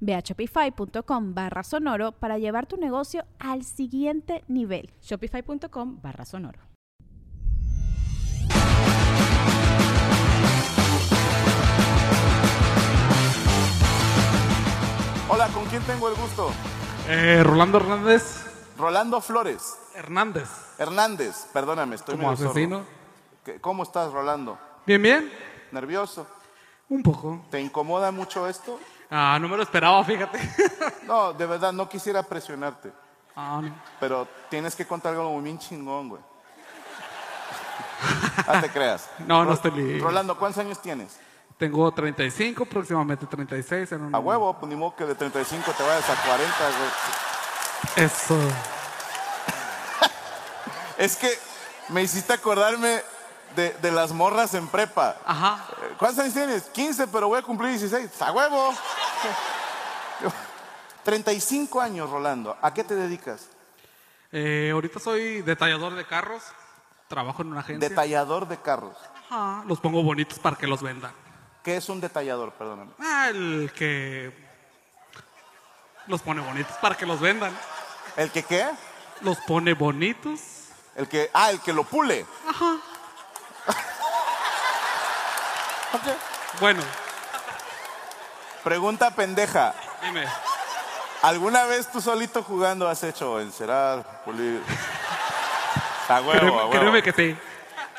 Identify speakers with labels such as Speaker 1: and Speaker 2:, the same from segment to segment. Speaker 1: Ve a shopify.com barra sonoro para llevar tu negocio al siguiente nivel.
Speaker 2: Shopify.com barra sonoro.
Speaker 3: Hola, ¿con quién tengo el gusto?
Speaker 4: Eh, Rolando Hernández.
Speaker 3: Rolando Flores.
Speaker 4: Hernández.
Speaker 3: Hernández, perdóname, estoy
Speaker 4: Como
Speaker 3: medio
Speaker 4: asesino.
Speaker 3: zorro. ¿Qué- ¿Cómo estás, Rolando?
Speaker 4: Bien, bien.
Speaker 3: ¿Nervioso?
Speaker 4: Un poco.
Speaker 3: ¿Te incomoda mucho esto?
Speaker 4: Ah, no me lo esperaba, fíjate.
Speaker 3: No, de verdad, no quisiera presionarte,
Speaker 4: Ah, no.
Speaker 3: pero tienes que contar algo muy bien chingón, güey. Ah, te creas.
Speaker 4: No, no
Speaker 3: Ro-
Speaker 4: estoy libre.
Speaker 3: Rolando, ¿cuántos años tienes?
Speaker 4: Tengo 35, próximamente 36. En un...
Speaker 3: A huevo, pues ni modo que de 35 te vayas a 40, güey.
Speaker 4: Eso.
Speaker 3: Es que me hiciste acordarme de, de las morras en prepa.
Speaker 4: Ajá.
Speaker 3: Eh, ¿Cuántos años tienes? 15, pero voy a cumplir 16. ¡A huevo! 35 años, Rolando. ¿A qué te dedicas?
Speaker 4: Eh, ahorita soy detallador de carros. Trabajo en una agencia.
Speaker 3: Detallador de carros.
Speaker 4: Ajá. Los pongo bonitos para que los vendan.
Speaker 3: ¿Qué es un detallador? Perdóname.
Speaker 4: Ah, el que los pone bonitos para que los vendan.
Speaker 3: ¿El que qué?
Speaker 4: Los pone bonitos.
Speaker 3: El que. Ah, el que lo pule.
Speaker 4: Ajá.
Speaker 3: Ok.
Speaker 4: Bueno,
Speaker 3: Pregunta pendeja.
Speaker 4: dime.
Speaker 3: ¿Alguna vez tú solito jugando has hecho encerar, pulir? A huevo, a
Speaker 4: créeme,
Speaker 3: huevo.
Speaker 4: créeme que sí.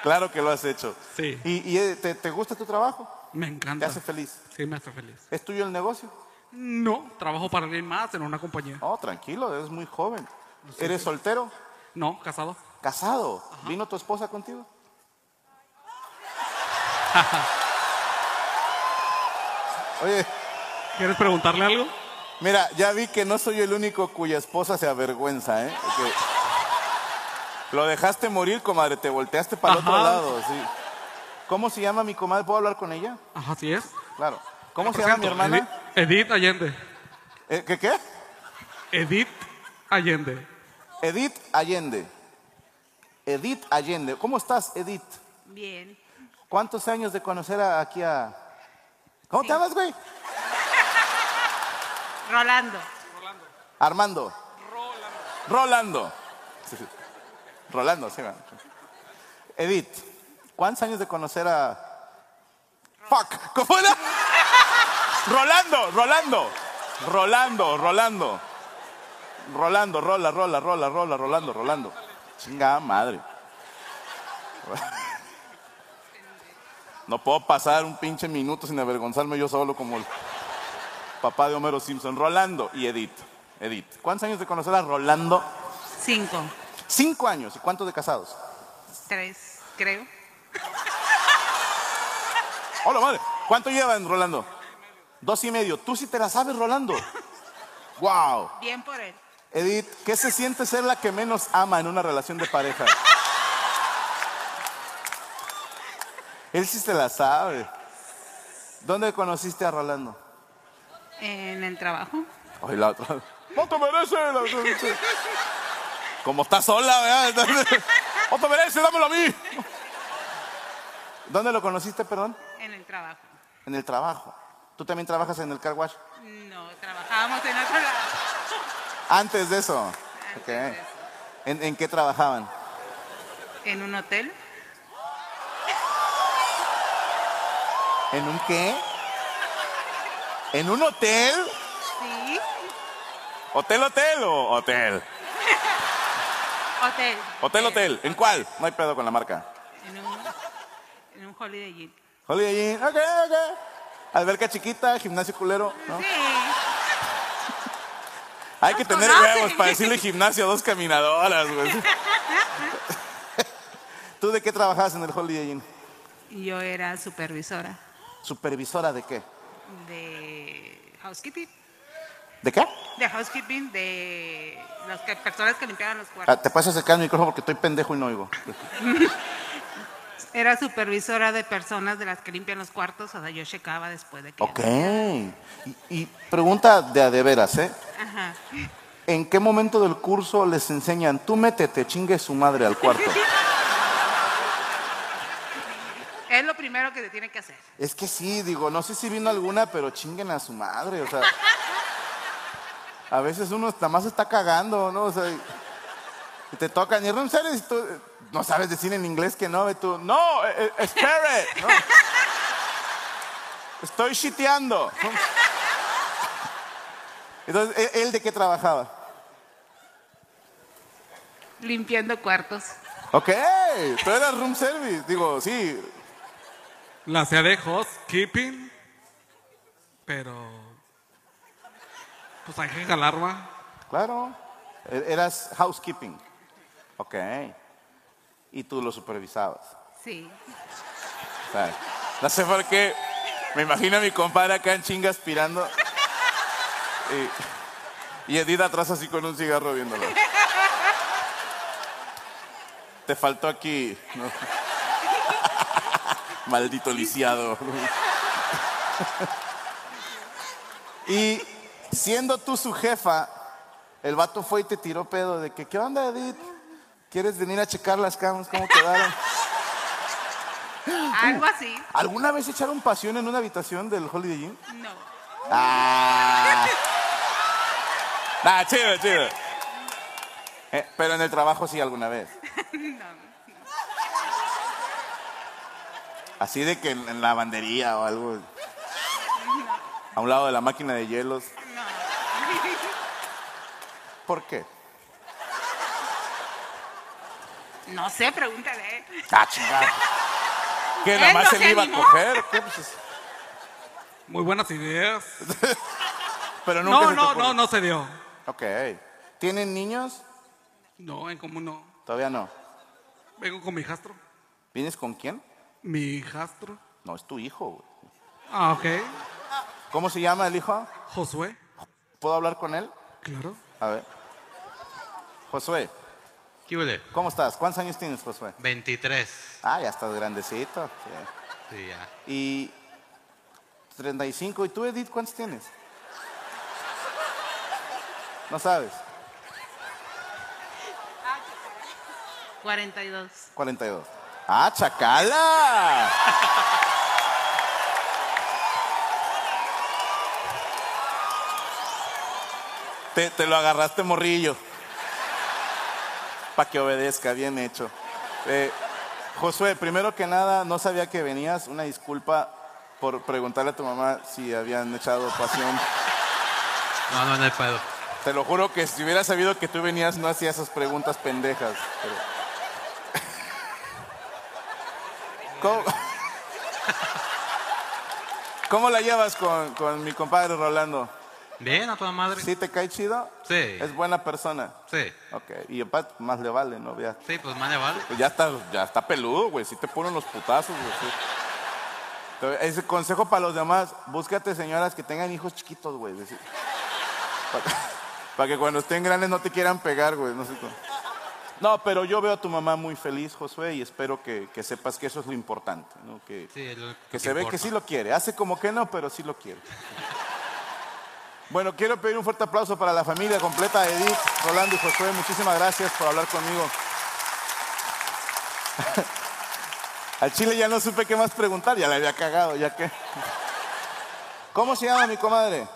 Speaker 3: Claro que lo has hecho.
Speaker 4: Sí.
Speaker 3: ¿Y, y, eh, te, te gusta tu trabajo?
Speaker 4: Me
Speaker 3: ¿Te
Speaker 4: encanta.
Speaker 3: hace feliz?
Speaker 4: Sí, me hace feliz.
Speaker 3: ¿Es tuyo el negocio?
Speaker 4: No, trabajo para alguien más en una compañía.
Speaker 3: Oh, tranquilo, eres muy joven. ¿Eres soltero?
Speaker 4: No, casado.
Speaker 3: Casado. ¿Vino tu esposa contigo? Oye,
Speaker 4: ¿Quieres preguntarle algo?
Speaker 3: mira, ya vi que no soy el único cuya esposa se avergüenza, ¿eh? Que- Lo dejaste morir, comadre, te volteaste para el otro
Speaker 4: Ajá.
Speaker 3: lado, sí. ¿Cómo se llama mi comadre? ¿Puedo hablar con ella?
Speaker 4: Ajá, así es.
Speaker 3: Claro. ¿Cómo
Speaker 4: Me
Speaker 3: se llama mi
Speaker 4: presento,
Speaker 3: hermana?
Speaker 4: Edith, Edith Allende.
Speaker 3: Eh, ¿Qué qué?
Speaker 4: Edith Allende.
Speaker 3: Edith Allende. Edith Allende. ¿Cómo estás, Edith?
Speaker 5: Bien.
Speaker 3: ¿Cuántos años de conocer a- aquí a... ¿Cómo te llamas, güey?
Speaker 5: Rolando.
Speaker 3: Armando. Rolando. Sí, sí. Rolando, sí, man. Edith, ¿cuántos años de conocer a. Fuck, ¿cómo era? Rolando, Rolando. Rolando, Rolando. Rolando, rola, rola, rola, rola, Rolando, Rolando. Chingada madre. No puedo pasar un pinche minuto sin avergonzarme yo solo como el papá de Homero Simpson. Rolando y Edith. Edith. ¿Cuántos años de conocer a Rolando?
Speaker 5: Cinco.
Speaker 3: Cinco años. ¿Y cuántos de casados?
Speaker 5: Tres, creo.
Speaker 3: Hola, madre. ¿Cuánto llevan, Rolando? Dos y medio. Tú sí te la sabes, Rolando. Wow.
Speaker 5: Bien por él.
Speaker 3: Edith, ¿qué se siente ser la que menos ama en una relación de pareja? Él sí se la sabe. ¿Dónde conociste a Rolando?
Speaker 5: En el trabajo.
Speaker 3: Ay, la otra. No te mereces. La otra dice, Como estás sola, ¿verdad? Entonces, No te mereces, dámelo a mí. ¿Dónde lo conociste, perdón?
Speaker 5: En el trabajo.
Speaker 3: En el trabajo. ¿Tú también trabajas en el car wash?
Speaker 5: No, trabajábamos en otro lado.
Speaker 3: Antes de eso.
Speaker 5: Antes
Speaker 3: Ok.
Speaker 5: de eso.
Speaker 3: ¿En, en qué trabajaban?
Speaker 5: En un hotel.
Speaker 3: ¿En un qué? ¿En un hotel?
Speaker 5: Sí.
Speaker 3: ¿Hotel, hotel o hotel?
Speaker 5: Hotel.
Speaker 3: Hotel, hotel. ¿En cuál? No hay pedo con la marca.
Speaker 5: En un, en un Holiday Inn.
Speaker 3: Holiday Inn. Ok, ok. Alberca chiquita, gimnasio culero. ¿no?
Speaker 5: Sí.
Speaker 3: Hay que tener
Speaker 5: conoce.
Speaker 3: huevos para decirle gimnasio a dos caminadoras, güey. ¿Tú de qué trabajabas en el Holiday Inn?
Speaker 5: Y yo era supervisora
Speaker 3: ¿Supervisora de qué?
Speaker 5: de housekeeping.
Speaker 3: ¿De qué?
Speaker 5: De housekeeping de las que- personas que limpiaban los
Speaker 3: Ah,
Speaker 5: cuartos.
Speaker 3: te paso acercar el micrófono porque estoy pendejo y no oigo.
Speaker 5: Era supervisora de personas de las que limpian los cuartos. O sea, yo checaba después de que.
Speaker 3: Ok. Y, y pregunta de a de veras, ¿eh?
Speaker 5: Ajá.
Speaker 3: ¿En qué momento del curso les enseñan tú métete, chingue su madre al cuarto?
Speaker 5: Es lo primero que se tiene que hacer.
Speaker 3: Es que sí, digo, no sé si vino alguna, pero chinguen a su madre, o sea. A veces uno nada más está cagando, ¿no? O sea, y te tocan y no sabes, tú eh, no sabes decir en inglés que no, y tú, no, eh, eh, espere, ¿no? Estoy shiteando. ¿no? Entonces, ¿él- ¿él de qué trabajaba?
Speaker 5: Limpiando cuartos.
Speaker 3: Ok, tú eras room service, digo, sí,
Speaker 4: La hacía de housekeeping, pero. Pues hay que jalarla.
Speaker 3: Claro. E- Eras housekeeping. Ok. Y tú lo supervisabas.
Speaker 5: Sí.
Speaker 3: O sea, No sé por qué. Me imagino a mi compadre acá en chinga aspirando. Y, y Edith atrás así con un cigarro viéndolo. Te faltó aquí. ¿no? Maldito lisiado. y siendo tú su jefa, el vato fue y te tiró pedo de que, ¿qué onda, Edith? ¿Quieres venir a checar las camas? ¿Cómo quedaron?
Speaker 5: Algo así.
Speaker 3: ¿Alguna vez echaron pasión en una habitación del Holiday Inn?
Speaker 5: No.
Speaker 3: Ah. Nah, Ah, chido, chido. Eh, pero en el trabajo sí alguna vez. Así de que en, en la lavandería o algo. A un lado de la máquina de hielos. ¿Por qué?
Speaker 5: No sé, pregúntale. ¿eh?
Speaker 3: Ah, chingada. Que nada
Speaker 5: Él
Speaker 3: más
Speaker 5: no
Speaker 3: se
Speaker 5: se
Speaker 3: le iba a
Speaker 5: animó.
Speaker 3: coger. ¿qué? Pues es-
Speaker 4: Muy buenas ideas.
Speaker 3: Pero nunca
Speaker 4: No,
Speaker 3: se te
Speaker 4: no,
Speaker 3: ocurrió.
Speaker 4: no, no se dio.
Speaker 3: Ok. ¿Tienen niños?
Speaker 4: No, en común no.
Speaker 3: Todavía no.
Speaker 4: Vengo con mi hijastro.
Speaker 3: ¿Vienes con quién?
Speaker 4: Mi hijastro.
Speaker 3: No, es tu hijo. güey.
Speaker 4: Ah, ok.
Speaker 3: ¿Cómo se llama el hijo?
Speaker 4: Josué.
Speaker 3: ¿Puedo hablar con él?
Speaker 4: Claro.
Speaker 3: A ver. Josué,
Speaker 6: ¿Qué huele?
Speaker 3: ¿cómo estás? ¿Cuántos años tienes, Josué?
Speaker 6: 23.
Speaker 3: Ah, ya estás grandecito. sí.
Speaker 6: Sí, ya.
Speaker 3: Y 35. ¿Y tú, Edith, cuántos tienes? No sabes.
Speaker 5: 42.
Speaker 3: 42. ¡Ah, chacala! Te, te lo agarraste morrillo. Para que obedezca, bien hecho. Eh, Josué, primero que nada, no sabía que venías. Una disculpa por preguntarle a tu mamá si habían echado pasión.
Speaker 6: No, no, no hay pedo.
Speaker 3: Te lo juro que si hubiera sabido que tú venías, no hacía esas preguntas pendejas. pero- ¿Cómo... ¿Cómo la llevas con, con mi compadre Rolando?
Speaker 6: Bien, a toda madre.
Speaker 3: ¿Sí te cae chido?
Speaker 6: Sí.
Speaker 3: Es buena persona.
Speaker 6: Sí.
Speaker 3: Ok. Y aparte, más le vale, ¿no? Ya,
Speaker 6: Sí, pues más le vale.
Speaker 3: pues ya está, ya está peludo, güey. Sí te ponen los putazos, güey. sí. Entonces, ese consejo para los demás, búscate señoras que tengan hijos chiquitos, güey. es decir, Para, para que cuando estén grandes no te quieran pegar, güey. No, sé cómo. No, pero yo veo a tu mamá muy feliz, Josué, y espero que, que sepas que eso es lo importante, ¿no? Que,
Speaker 6: Sí, es lo
Speaker 3: que se ve que
Speaker 6: importa.
Speaker 3: sí lo quiere. Hace como que no, pero sí lo quiere. Bueno, quiero pedir un fuerte aplauso para la familia completa de Edith, Rolando y Josué. Muchísimas gracias por hablar conmigo. Al chile ya no supe qué más preguntar, ya la había cagado, ya que. ¿Cómo se llama mi comadre?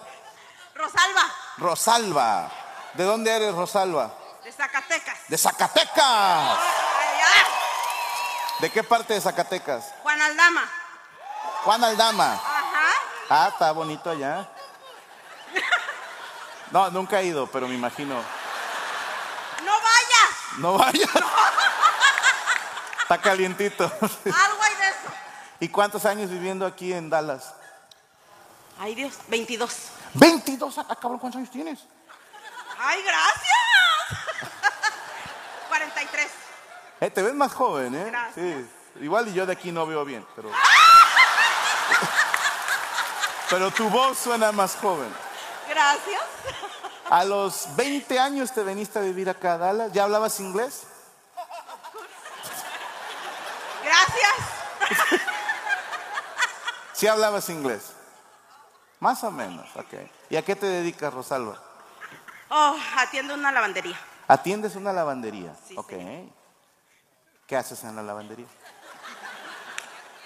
Speaker 5: Rosalba,
Speaker 3: Rosalba. ¿De dónde eres, Rosalba?
Speaker 5: de Zacatecas.
Speaker 3: ¡De Zacatecas!
Speaker 5: Allá,
Speaker 3: ¿De qué parte de Zacatecas?
Speaker 5: Juan Aldama.
Speaker 3: Juan Aldama.
Speaker 5: Ajá.
Speaker 3: Ah, está bonito allá. No, nunca he ido, pero me imagino.
Speaker 5: No vayas.
Speaker 3: No vaya. Está calientito.
Speaker 7: Algo hay de eso.
Speaker 3: ¿Y cuántos años viviendo aquí en Dallas?
Speaker 7: Ay, Dios, 22.
Speaker 3: 22. Ah, cabrón, ¿cuántos años tienes?
Speaker 7: Ay, gracias. 43.
Speaker 3: Eh, te ves más joven, ¿eh?
Speaker 7: Gracias.
Speaker 3: Sí. Igual y yo de aquí no veo bien, pero. pero tu voz suena más joven.
Speaker 7: Gracias.
Speaker 3: A los 20 años te veniste a vivir acá a Dallas. ¿Ya hablabas inglés?
Speaker 7: Gracias.
Speaker 3: Sí hablabas inglés. Más o menos, ok. ¿Y a qué te dedicas, Rosalba?
Speaker 7: Oh, atiendo una lavandería.
Speaker 3: Atiendes una lavandería.
Speaker 7: Sí,
Speaker 3: ok.
Speaker 7: señor.
Speaker 3: ¿Qué haces en la lavandería?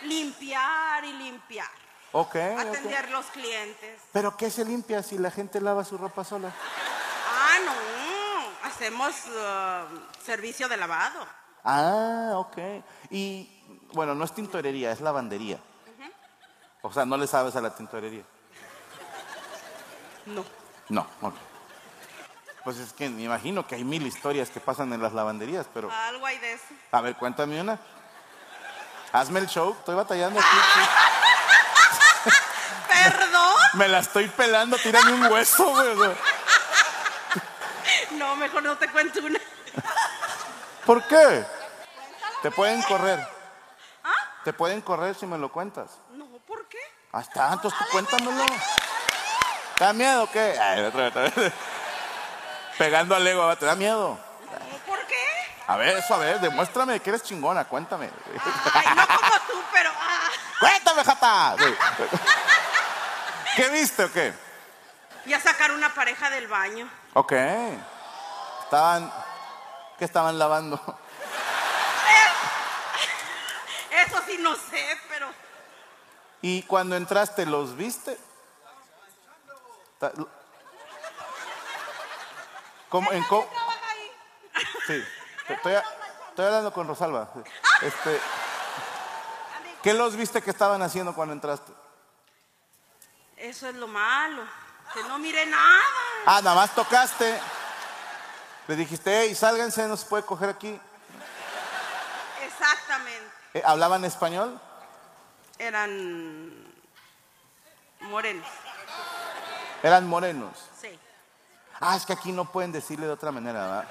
Speaker 7: Limpiar y limpiar.
Speaker 3: Ok.
Speaker 7: Ah,
Speaker 3: ok.
Speaker 7: Atender los clientes.
Speaker 3: ¿Pero qué se limpia si la gente lava su ropa sola?
Speaker 7: Ah, no. Hacemos eh, servicio de lavado.
Speaker 3: Ah, ok. Y bueno, no es tintorería, es lavandería. O sea, no le sabes a la tintorería.
Speaker 7: No.
Speaker 3: No, ok. Pues es que me imagino que hay mil historias que pasan en las lavanderías, pero
Speaker 7: Algo hay de eso.
Speaker 3: a ver, cuéntame una. Hazme el show, estoy batallando aquí. sí.
Speaker 7: ¿Perdón?
Speaker 3: Me la estoy pelando, tírame un hueso, güey. o sea.
Speaker 7: No, mejor no te cuento una.
Speaker 3: ¿Por qué? Te pueden correr. Te pueden correr si me lo cuentas.
Speaker 7: No, ¿por qué?
Speaker 3: Ahí está, entonces tú cuéntamelo. ¿Te da miedo o qué? Ay, otra vez, otra vez. Pegando al ego, ¿te da miedo?
Speaker 7: No, ¿Por qué?
Speaker 3: A ver, eso, a ver, demuéstrame que eres chingona, cuéntame.
Speaker 7: Ay, no como tú, pero. ah.
Speaker 3: ¡Cuéntame, jata! Sí. ¿Qué viste o qué?
Speaker 7: Y a sacar una pareja del baño.
Speaker 3: Ok. Estaban. ¿Qué estaban lavando?
Speaker 7: Eso sí, no sé, pero.
Speaker 3: Y cuando entraste, ¿los viste? Ta- ¿Cómo- en co-
Speaker 7: Trabaja ahí.
Speaker 3: Sí. Te- Estoy, estoy hablando con Rosalba. Este, ¿Qué los viste que estaban haciendo cuando entraste?
Speaker 7: Eso es lo malo. Que no mire nada.
Speaker 3: Ah, nada más tocaste. Le dijiste, hey, sálganse, no se puede coger aquí.
Speaker 7: Exactamente.
Speaker 3: Eh, ¿Hablaban español?
Speaker 7: Eran. morenos.
Speaker 3: Eran morenos.
Speaker 7: Sí.
Speaker 3: Ah, es que aquí no pueden decirle de otra manera, ¿verdad?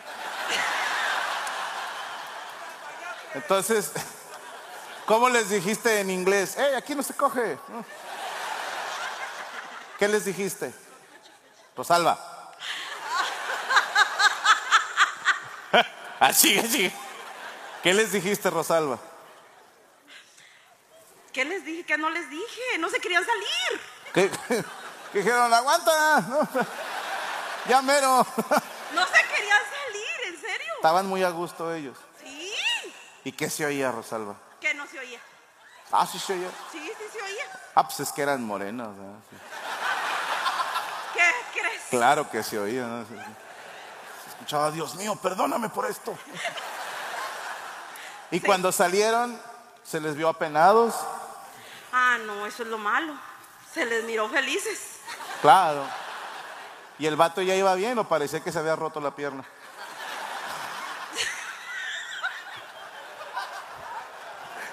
Speaker 3: Entonces, ¿cómo les dijiste en inglés? Hey, aquí no se coge. ¿Qué les dijiste? Pues, Rosalba. Ah, sigue, sigue. ¿Qué les dijiste, Rosalba?
Speaker 7: ¿Qué les dije? ¿Qué no les dije? No se querían salir.
Speaker 3: ¿Qué, qué dijeron? ¡Aguanta! ¿no? Ya mero.
Speaker 7: No se querían salir, en serio.
Speaker 3: Estaban muy a gusto ellos.
Speaker 7: Sí.
Speaker 3: ¿Y qué se oía, Rosalba?
Speaker 7: Que no se oía.
Speaker 3: Ah, sí se oía.
Speaker 7: Sí, sí se oía.
Speaker 3: Ah, pues es que eran morenos. ¿no? Sí.
Speaker 7: ¿Qué crees?
Speaker 3: Claro que se oía. ¿no? Sí, sí. Se escuchaba, Dios mío, perdóname por esto. Y cuando salieron, se les vio apenados.
Speaker 7: Ah, no, eso es lo malo. Se les miró felices.
Speaker 3: Claro. ¿Y el vato ya iba bien o parecía que se había roto la pierna?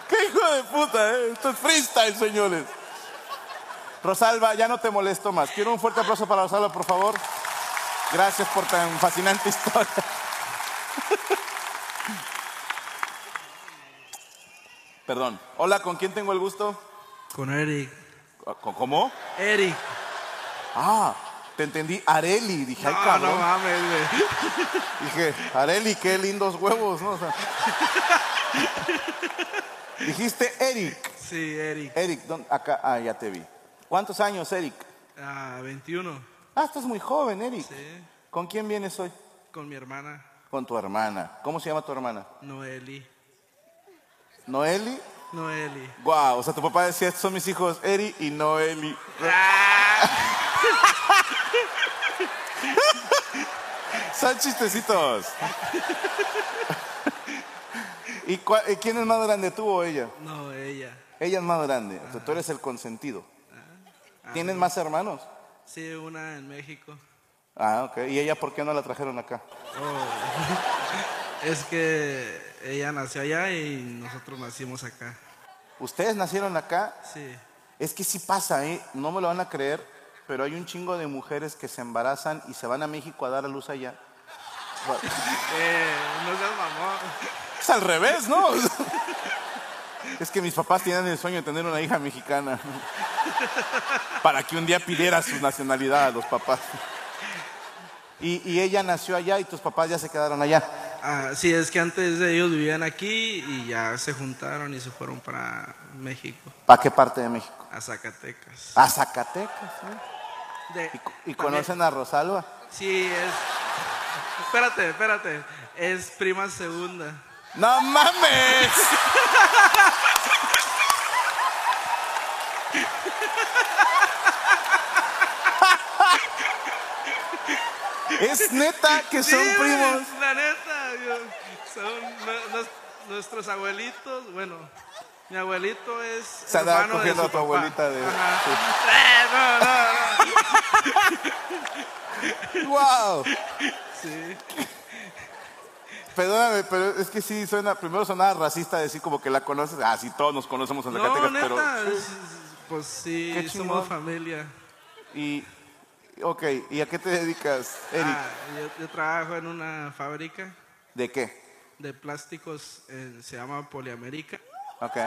Speaker 3: ¡Qué hijo de puta! eh! Esto es freestyle, señores. Rosalba, ya no te molesto más. Quiero un fuerte aplauso para Rosalba, por favor. Gracias por tan fascinante historia. Perdón. Hola, ¿con quién tengo el gusto?
Speaker 4: Con Eric.
Speaker 3: ¿Con- ¿Cómo?
Speaker 4: Eric.
Speaker 3: Ah, te entendí, Areli. Dije, ay,
Speaker 4: No,
Speaker 3: cabrón.
Speaker 4: no mames, güey.
Speaker 3: Dije, Areli, qué lindos huevos, ¿no? O sea, Dijiste Eric.
Speaker 4: Sí, Eric.
Speaker 3: Eric, ¿dónde- acá, ah, ya te vi. ¿Cuántos años, Eric?
Speaker 4: Ah, 21.
Speaker 3: Ah, estás muy joven, Eric.
Speaker 4: Sí.
Speaker 3: ¿Con quién vienes hoy?
Speaker 4: Con mi hermana,
Speaker 3: Con tu hermana. ¿Cómo se llama tu hermana?
Speaker 4: Noeli.
Speaker 3: Noeli.
Speaker 4: Noeli.
Speaker 3: Guau, o sea, tu papá decía, estos son mis hijos, Eri y Noeli. son chistecitos. ¿Y, cua- y quién es más grande, tú o ella?
Speaker 4: No, ella.
Speaker 3: Ella es más grande, o sea, tú eres el consentido. ¿Tienes más hermanos?
Speaker 4: Sí, una en México.
Speaker 3: Ah, ok. ¿Y ella por qué no la trajeron acá?
Speaker 8: Es que ella nació allá y nosotros nacimos acá.
Speaker 3: Ustedes nacieron acá.
Speaker 8: Sí.
Speaker 3: Es que sí pasa, ¿eh? No me lo van a creer, pero hay un chingo de mujeres que se embarazan y se van a México a dar a luz allá.
Speaker 8: Eh, no seas mamón.
Speaker 3: Es al revés, ¿no? Es que mis papás tienen el sueño de tener una hija mexicana. Para que un día pidiera su nacionalidad a los papás. Y, y ella nació allá y tus papás ya se quedaron allá.
Speaker 8: Ah, sí, es que antes ellos vivían aquí y ya se juntaron y se fueron para México,
Speaker 3: ¿Para qué parte de México?
Speaker 8: a Zacatecas.
Speaker 3: A Zacatecas. ¿eh?
Speaker 8: De-
Speaker 3: ¿Y, co- y
Speaker 8: también-
Speaker 3: conocen a Rosalba?
Speaker 8: Sí, es. Espérate, espérate. Es prima segunda.
Speaker 3: ¡No mames! es neta que son
Speaker 8: Sí, güey,
Speaker 3: primos.
Speaker 8: La neta, yo- son nu- nos- nuestros abuelitos. Bueno, mi abuelito es.
Speaker 3: Se andaba
Speaker 8: hermano de
Speaker 3: cogiendo
Speaker 8: su
Speaker 3: a tu
Speaker 8: papá.
Speaker 3: abuelita de-
Speaker 8: Ajá.
Speaker 3: sí.
Speaker 8: Eh, no, no, no.
Speaker 3: ¡Wow! Sí. Perdóname, pero es que sí suena. Primero sonaba racista decir como que la conoces. Ah, sí, todos nos conocemos en
Speaker 8: Eh, No,
Speaker 3: Zacatecas,
Speaker 8: neta,
Speaker 3: pero.
Speaker 8: es- pues
Speaker 3: Qué
Speaker 8: sí,
Speaker 3: chingón.
Speaker 8: somos familia.
Speaker 3: Y. Ok, ¿y a qué te dedicas, Eric?
Speaker 8: Ah, yo, yo trabajo en una fábrica
Speaker 3: ¿De qué?
Speaker 8: de plásticos, eh, se llama Poliamérica.
Speaker 3: Ok.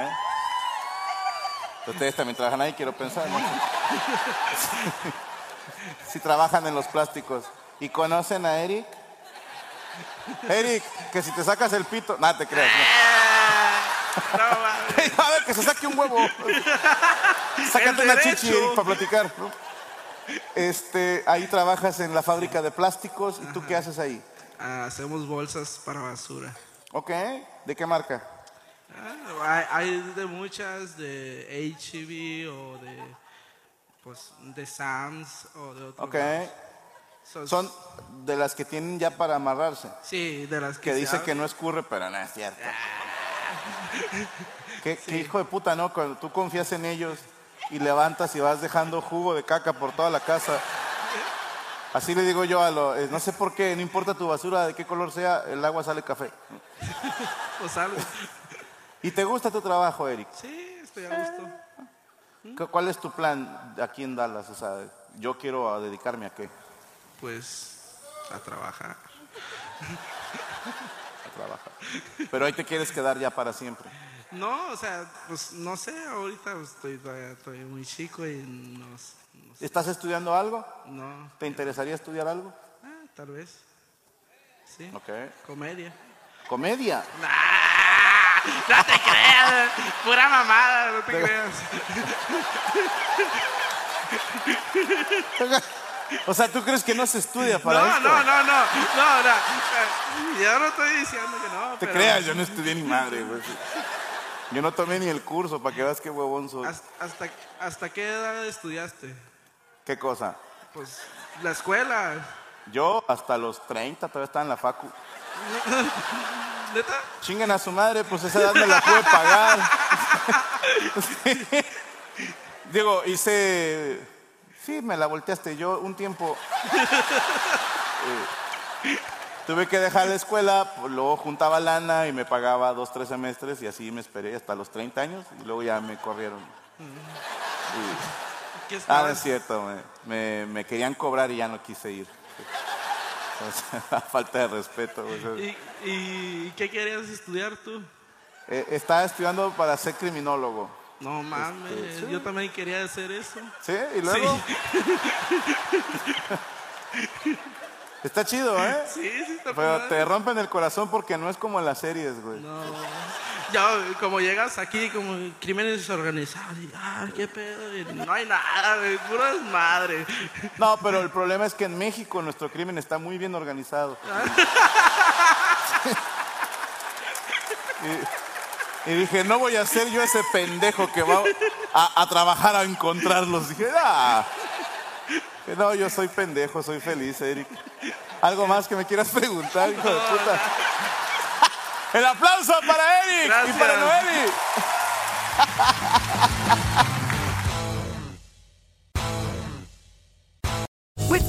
Speaker 3: Ustedes también trabajan ahí, quiero pensar. ¿no? Si trabajan en los plásticos. ¿Y conocen a Eric? Eric, que si te sacas el pito. Nada, te creas. ¿no? a ver, que se saque un huevo. Sácate
Speaker 8: El
Speaker 3: una chichi,
Speaker 8: derecho.
Speaker 3: Eric, para platicar. ¿no? Este, ahí trabajas en la fábrica de plásticos. ¿Y tú qué haces ahí?
Speaker 8: Ah, hacemos bolsas para basura.
Speaker 3: Ok. ¿De qué marca?
Speaker 8: Ah, hay, hay de muchas, de HEB o de, pues, de Sam's o de otros.
Speaker 3: Ok.
Speaker 8: lados. Son,
Speaker 3: Son de las que tienen ya para amarrarse.
Speaker 8: Sí, de las que.
Speaker 3: que
Speaker 8: se
Speaker 3: dice que
Speaker 8: abren.
Speaker 3: no escurre, pero no es cierto. ¿Qué, qué hijo de puta, ¿no? Cuando tú confías en ellos y levantas y vas dejando jugo de caca por toda la casa. Así le digo yo a los... no sé por qué, no importa tu basura, de qué color sea, el agua sale café.
Speaker 8: Pues algo.
Speaker 3: ¿Y te gusta tu trabajo, Eric?
Speaker 8: Sí, estoy a gusto.
Speaker 3: ¿Cu- ¿Cuál es tu plan aquí en Dallas? O sea, yo quiero ah, dedicarme a qué?
Speaker 8: Pues a trabajar.
Speaker 3: A trabajar. Pero ahí te quieres quedar ya para siempre.
Speaker 8: No, o sea, pues no sé, ahorita pues, estoy, todavía estoy muy chico y no, s- no sé,
Speaker 3: ¿Estás estudiando algo?
Speaker 8: no,
Speaker 3: ¿Te interesaría estudiar algo?
Speaker 8: ah, tal vez. Sí.
Speaker 3: Ok.
Speaker 8: Comedia. ¡Ah!
Speaker 3: ¿Comedia?
Speaker 8: No te creas, pura mamada, no te creas.
Speaker 3: O sea, ¿tú crees que no se estudia para
Speaker 8: No,
Speaker 3: esto?
Speaker 8: no, no, no, no, no. eh, Yo no estoy diciendo que no,
Speaker 3: te
Speaker 8: pero
Speaker 3: creas, yo no estudié ni madre, güey. Yo no tomé ni el curso para que veas qué huevón soy.
Speaker 8: has- Hasta, ¿Hasta qué edad estudiaste?
Speaker 3: ¿Qué cosa?
Speaker 8: Pues la escuela.
Speaker 3: Yo hasta los 30 todavía estaba en la facu.
Speaker 8: ¿Neta?
Speaker 3: Chingan a su madre, pues esa edad me la pude pagar. Sí. Digo, hice... Sí, me la volteaste. Yo un tiempo... eh, tuve que dejar la escuela, pues, luego juntaba lana y me pagaba dos, tres semestres y así me esperé hasta los 30 años y luego ya me corrieron. Y-
Speaker 8: ¿Qué
Speaker 3: Ah, no es
Speaker 8: estabas?
Speaker 3: cierto, me, me- me querían cobrar y ya no quise ir. O sea, falta de respeto. o sea.
Speaker 8: ¿Y, ¿Y qué querías estudiar tú?
Speaker 3: Eh, estaba estudiando para ser criminólogo.
Speaker 8: No mames,
Speaker 3: Este, sí.
Speaker 8: yo también quería hacer eso.
Speaker 3: ¿Sí? ¿Y luego? Está chido, ¿eh?
Speaker 8: Sí, sí, está
Speaker 3: Pero
Speaker 8: padre.
Speaker 3: te rompen el corazón porque no es como en las series, güey.
Speaker 8: No. Ya, como llegas aquí, como crímenes organizados, y, ah, qué pedo, y no hay nada, güey, puro desmadre.
Speaker 3: No, pero el problema es que en México nuestro crimen está muy bien organizado. Y, y dije, no voy a ser yo ese pendejo que va a, a trabajar a encontrarlos. Dije, ah. Que No, yo soy pendejo, soy feliz, Eric. ¿Algo más que me quieras preguntar, hijo de puta? El aplauso para Eric y para
Speaker 8: Gracias.
Speaker 3: Noemi.
Speaker 9: With